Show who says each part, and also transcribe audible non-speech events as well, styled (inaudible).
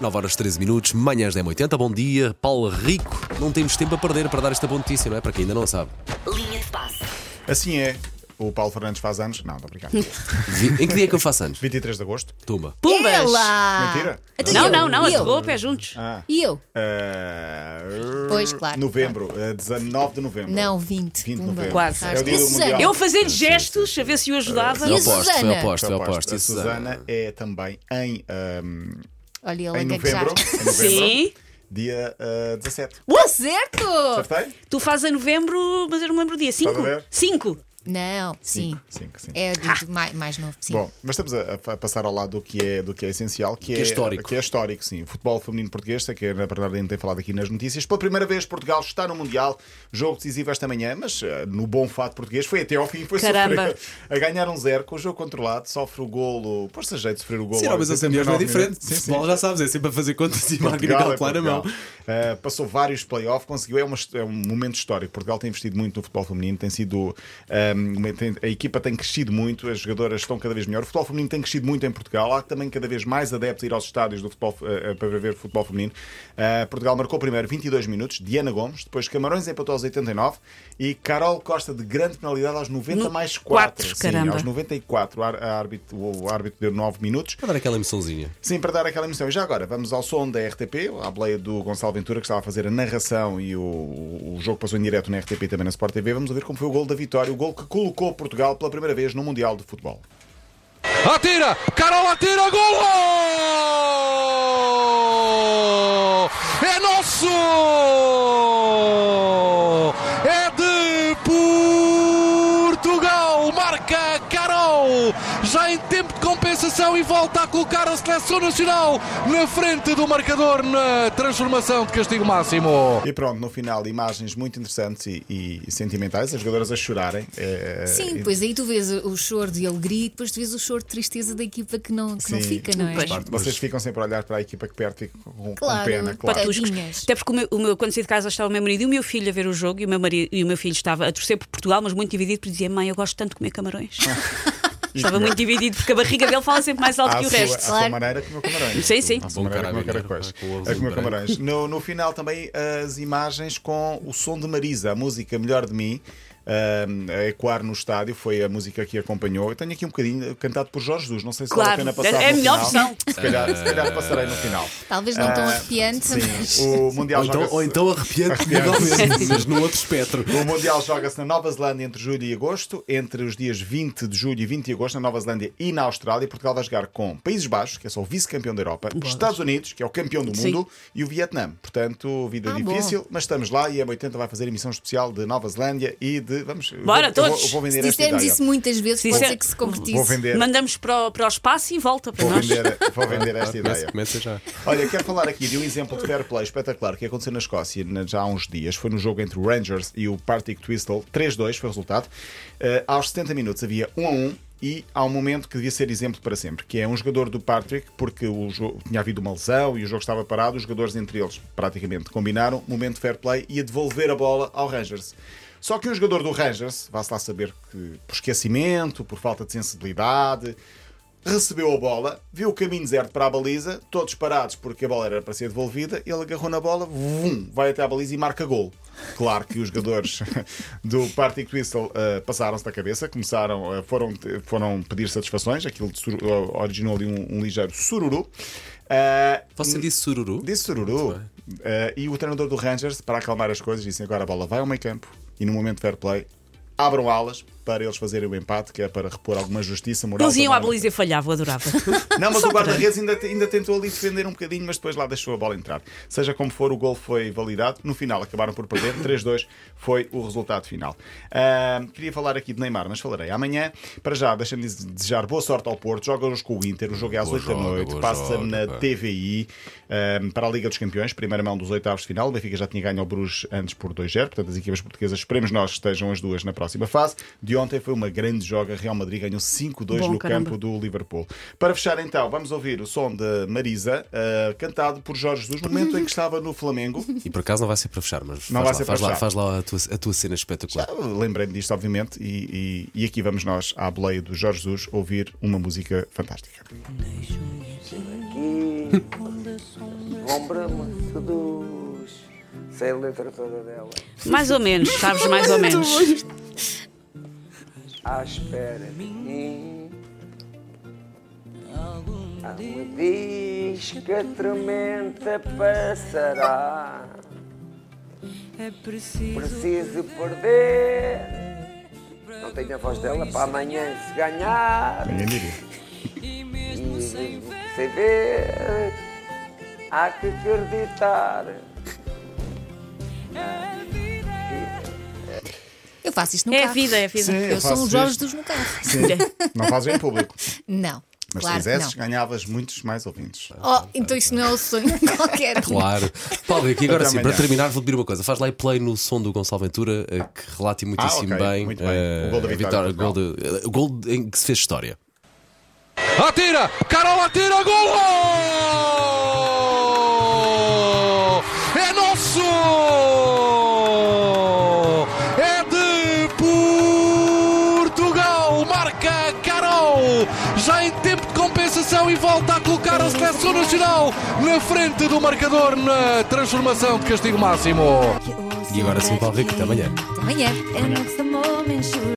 Speaker 1: 9 horas 13 minutos, manhãs 10h80, bom dia, Paulo Rico. Não temos tempo a perder para dar esta boa notícia, não é? Para quem ainda não sabe.
Speaker 2: Linha de passe.
Speaker 3: Assim é. O Paulo Fernandes faz anos. Não, estou
Speaker 4: (laughs)
Speaker 3: brincando.
Speaker 1: Vi- Em que dia é que eu faço anos?
Speaker 3: 23 de agosto.
Speaker 1: Tuma.
Speaker 4: Pumbas!
Speaker 3: Ah. Mentira?
Speaker 4: Então,
Speaker 2: Não,
Speaker 4: e eu?
Speaker 2: não, não,
Speaker 4: E
Speaker 2: a de
Speaker 4: eu?
Speaker 2: roupa é juntos.
Speaker 3: Ah.
Speaker 4: E eu?
Speaker 3: Ah,
Speaker 4: Pois, claro.
Speaker 3: Novembro. ah, 19 de novembro.
Speaker 4: Não, 20.
Speaker 3: 20 de
Speaker 4: Pumba.
Speaker 3: novembro.
Speaker 2: Quase.
Speaker 3: É o dia
Speaker 4: E
Speaker 3: do
Speaker 4: Susana?
Speaker 3: Mundial.
Speaker 2: Eu a fazer gestos, a ver se o ajudava.
Speaker 4: E a
Speaker 1: Foi oposto, foi
Speaker 4: Susana?
Speaker 1: oposto, foi oposto.
Speaker 3: A
Speaker 1: E
Speaker 3: Susana é também em, ah, ahm,
Speaker 4: Olha, ele é a
Speaker 3: em novembro.
Speaker 4: gaguejar.
Speaker 3: Em
Speaker 4: (laughs)
Speaker 3: novembro
Speaker 2: Sim.
Speaker 3: Dia ah, 17.
Speaker 4: Boa, certo!
Speaker 3: Acertei?
Speaker 2: Tu fazes em novembro, mas eu não me lembro o dia. Cinco?
Speaker 3: Estás a ver?
Speaker 2: Cinco.
Speaker 4: Não, sim.
Speaker 3: Cinco, cinco, sim.
Speaker 4: É do- do mai- mais novo, sim.
Speaker 3: Bom, mas estamos a, a passar ao lado do que é, do que é essencial, que,
Speaker 1: é histórico.
Speaker 3: Que é histórico, sim. O futebol feminino português, sei que a Ana Bernardino tem falado aqui nas notícias. Pela primeira vez, Portugal está no Mundial. Jogo decisivo esta manhã, mas eh, no bom fato português foi até ao fim. Foi
Speaker 2: Caramba.
Speaker 3: sofrer. A ganhar um zero, com o jogo controlado, sofre o golo. Pôs-se a jeito de sofrer o golo.
Speaker 1: Sim, não,
Speaker 3: aos
Speaker 1: mas as mulheres não é
Speaker 3: 89
Speaker 1: diferente.
Speaker 3: minutos. Sim, sim.
Speaker 1: Futebol já sabes, é sempre a fazer contas e marca
Speaker 3: Portugal,
Speaker 1: aquela
Speaker 3: é
Speaker 1: plana na mão.
Speaker 3: Portugal. Uh, passou vários playoffs, conseguiu. É, uma his- é um momento histórico. Portugal tem investido muito no futebol feminino, tem sido. um, uma- tem- a equipa tem crescido muito, as jogadoras estão cada vez melhor. O futebol feminino tem crescido muito em Portugal. Há também cada vez mais adeptos a ir aos estádios do futebol, uh, uh, para ver futebol feminino. Uh, Portugal marcou primeiro 22 minutos, Diana Gomes, depois Camarões empatou aos 89 e Carol Costa de grande penalidade aos 90
Speaker 2: No-
Speaker 3: mais 4.
Speaker 2: quatro,
Speaker 3: Sim,
Speaker 2: caramba.
Speaker 3: aos 94. A, a árbitro, o árbitro deu 9 minutos.
Speaker 1: Para dar aquela emoçãozinha.
Speaker 3: Sim, para dar aquela emoção. E já agora, vamos ao som da RTP, à boleia do Gonçalo Ventura, que estava a fazer a narração e o, o jogo passou em direto na RTP e também na Sport TV. Vamos ouvir como foi o gol da vitória, o gol que colocou Portugal pela primeira vez no Mundial de Futebol.
Speaker 5: Atira! Carol atira! Gol! É nosso! É de Portugal! Marca Carol! Já em tempo de compensação e volta a colocar a seleção nacional na frente do marcador na transformação de castigo máximo.
Speaker 3: E pronto, no final, imagens muito interessantes e, e- e sentimentais, as jogadoras a chorarem. Eh,
Speaker 4: Sim,
Speaker 3: e-
Speaker 4: pois aí tu vês o o choro de alegria e depois tu vês o choro de tristeza da equipa que não, que não
Speaker 3: Sim.
Speaker 4: fica, não é?
Speaker 2: Pois.
Speaker 3: Vocês ficam sempre a olhar para a equipa que perde e com, com
Speaker 4: Claro,
Speaker 3: pena, claro.
Speaker 4: para-
Speaker 2: patuscos.
Speaker 4: Tadinhas.
Speaker 2: Até porque o meu, o meu- quando saí de casa estava o meu marido e o meu filho a ver o jogo e o meu, marido, e o meu filho estava a torcer por Portugal, mas muito dividido, porque dizia: Mãe, eu gosto tanto de
Speaker 3: (laughs)
Speaker 2: comer camarões. estava muito dividido, porque a barriga dele fala sempre mais alto
Speaker 3: à
Speaker 2: que o
Speaker 3: Ah, sua,
Speaker 2: resto.
Speaker 3: à sua
Speaker 4: Claro.
Speaker 3: maneira comeu camarões.
Speaker 2: Sim, sim.
Speaker 3: À sua
Speaker 1: Bom
Speaker 3: maneira comeu
Speaker 1: carabinheiro,
Speaker 3: caracóis. É
Speaker 1: com né? o
Speaker 3: A
Speaker 1: azul
Speaker 3: comeu
Speaker 1: branco.
Speaker 3: camarões. No, no final também as imagens com o som de Marisa, a música Melhor de Mim. ahm, a ecoar no estádio foi a música que acompanhou. Eu tenho aqui um bocadinho cantado por Jorge Jesus. Não sei se
Speaker 2: Claro.
Speaker 3: vale a pena passar.
Speaker 2: É a
Speaker 3: no
Speaker 2: melhor
Speaker 3: final.
Speaker 2: opção.
Speaker 3: Se calhar, se
Speaker 1: (laughs)
Speaker 3: calhar passarei no final.
Speaker 4: Talvez não tão
Speaker 3: Ah,
Speaker 4: arrepiante,
Speaker 3: Sim,
Speaker 4: mas-
Speaker 3: o Mundial
Speaker 1: Ou então,
Speaker 3: joga-se-
Speaker 1: ou então arrepiante, legalmente, mas no outro espectro.
Speaker 3: o Mundial joga-se na Nova Zelândia entre julho e agosto, entre os dias 20 de julho e 20 de agosto, na Nova Zelândia e na Austrália. Portugal vai jogar com Países Baixos, que é só o vice-campeão da Europa, Estados Unidos, que é o campeão do
Speaker 2: Sim.
Speaker 3: mundo, e o Vietnã. Portanto, vida
Speaker 4: Ah,
Speaker 3: difícil, mas estamos lá e a M80 vai fazer emissão especial de Nova Zelândia e de. Vamos. eu
Speaker 2: Bora,
Speaker 3: vou- eu vou,
Speaker 2: todos.
Speaker 3: eu vou vender
Speaker 4: Se
Speaker 3: esta
Speaker 4: dissermos
Speaker 3: ideia.
Speaker 4: isso muitas vezes,
Speaker 2: Se
Speaker 4: pode
Speaker 2: disser-
Speaker 4: ser que se convertisse.
Speaker 3: Vou vender,
Speaker 2: Mandamos para o, para o espaço e volta para
Speaker 3: vou
Speaker 2: nós.
Speaker 3: vender, vou vender esta
Speaker 1: Ah, Começa,
Speaker 3: ideia.
Speaker 1: começa já.
Speaker 3: Olha, quero falar aqui de um exemplo de fair play espetacular que aconteceu na Escócia na- já há uns dias. Foi no jogo entre o Rangers e o Partick Twistle. 3-2 foi o resultado. Eh, aos 70 minutos havia 1 a 1. E há um momento que devia ser exemplo para sempre, que é um jogador do Patrick, porque o jogo, tinha havido uma lesão e o jogo estava parado, os jogadores entre eles praticamente combinaram, momento de fair play, e a devolver a bola ao Rangers. Só que um jogador do Rangers, vá-se lá saber que por esquecimento, por falta de sensibilidade, recebeu a bola, viu o caminho deserto para a baliza, todos parados porque a bola era para ser devolvida, ele agarrou na bola, vum, vai até à baliza e marca gol. Claro que os jogadores do Partick Whistle eh, passaram-se da cabeça, começaram, eh, foram, foram pedir satisfações, aquilo de sur- originou ali um, um ligeiro sururu. Eh,
Speaker 1: Você disse sururu?
Speaker 3: Disse sururu. Eh, e o treinador do Rangers, para acalmar as coisas, disse agora a bola vai ao meio campo e no momento de fair play abram alas para eles fazerem o empate, que é para repor alguma justiça moral.
Speaker 2: Eles iam à
Speaker 3: também.
Speaker 2: baliza e falhavam, adorava. (laughs)
Speaker 3: (laughs) Não, mas o guarda-redes ainda, ainda tentou ali defender um bocadinho, mas depois lá deixou a bola entrar. Seja como for, o gol foi validado. No final acabaram por perder. 3-2 foi o resultado final. Ah, queria falar aqui de Neymar, mas falarei amanhã. Para já, deixa-me dese- desejar boa sorte ao Porto. Joga hoje com o Inter. O jogo é às
Speaker 1: Boa
Speaker 3: 8 da
Speaker 1: joga,
Speaker 3: noite.
Speaker 1: boa
Speaker 3: Passa
Speaker 1: joga,
Speaker 3: na
Speaker 1: pá.
Speaker 3: TVI ah, para a Liga dos Campeões. Primeira mão dos oitavos de final. O Benfica já tinha ganho ao Bruges antes por 2-0. Portanto, as equipas portuguesas, esperemos nós que estejam as duas na próxima fase. De ontem foi uma grande joga. Real Madrid ganhou 5-2
Speaker 2: Bom,
Speaker 3: no
Speaker 2: caramba.
Speaker 3: campo do Liverpool. Para fechar então, vamos ouvir o som de Marisa, eh, cantado por Jorge Jesus, no momento em que estava no Flamengo. (laughs)
Speaker 1: E por acaso não vai ser para fechar, mas
Speaker 3: Não
Speaker 1: faz, lá,
Speaker 3: vai ser
Speaker 1: faz,
Speaker 3: para
Speaker 1: lá,
Speaker 3: fechar.
Speaker 1: faz lá a tua, a tua cena espetacular.
Speaker 3: Ah, Lembrei-me disto, obviamente, e, e- e aqui vamos nós, à boleia do Jorge Jesus, ouvir uma música fantástica.
Speaker 6: Deixa-me aqui, onde sou Lombra-me seduz. Sei a letra toda dela.
Speaker 2: Mais ou menos,
Speaker 3: (laughs)
Speaker 2: sabes? Mais ou menos.
Speaker 6: À espera de mim. A diz que a tormenta passará. É Preciso perder. Não tenho a voz dela para amanhã se ganhar.
Speaker 3: Ninguém diria.
Speaker 6: E vivo sem ver. Há que acreditar.
Speaker 4: Eu faço isto no
Speaker 2: É a
Speaker 4: carro.
Speaker 2: vida, é a vida.
Speaker 3: Sim. eu
Speaker 4: Eu sou
Speaker 3: faço
Speaker 4: um Jorge
Speaker 3: isto.
Speaker 4: dos no carro.
Speaker 3: Sim, não fazes em público.
Speaker 4: Não.
Speaker 3: Mas
Speaker 4: claro,
Speaker 3: se fizesses,
Speaker 4: não.
Speaker 3: ganhavas muitos mais ouvintes.
Speaker 4: Oh, então isso não é o sonho de qualquer.
Speaker 1: Claro. Paulo, aqui agora
Speaker 3: Até
Speaker 1: sim,
Speaker 3: amanhã.
Speaker 1: para terminar, vou pedir uma coisa. Faz lá e play no som do Gonçalo Ventura, eh, que relate muitíssimo
Speaker 3: Ah, ok.
Speaker 1: bem,
Speaker 3: Muito bem.
Speaker 1: eh,
Speaker 3: O gol da
Speaker 1: a
Speaker 3: vitória de
Speaker 1: gol de- eh, o gol de- em que se fez história.
Speaker 5: Atira! Carol atira! Golo! É nosso! É de Portugal! Marca Carol! Já em tempo de compensação e volta a colocar a seleção nacional na frente do marcador na transformação de castigo máximo.
Speaker 1: E agora sim, Paulo Rico, até amanhã.
Speaker 4: um. Até amanhã.
Speaker 7: And it's the moment you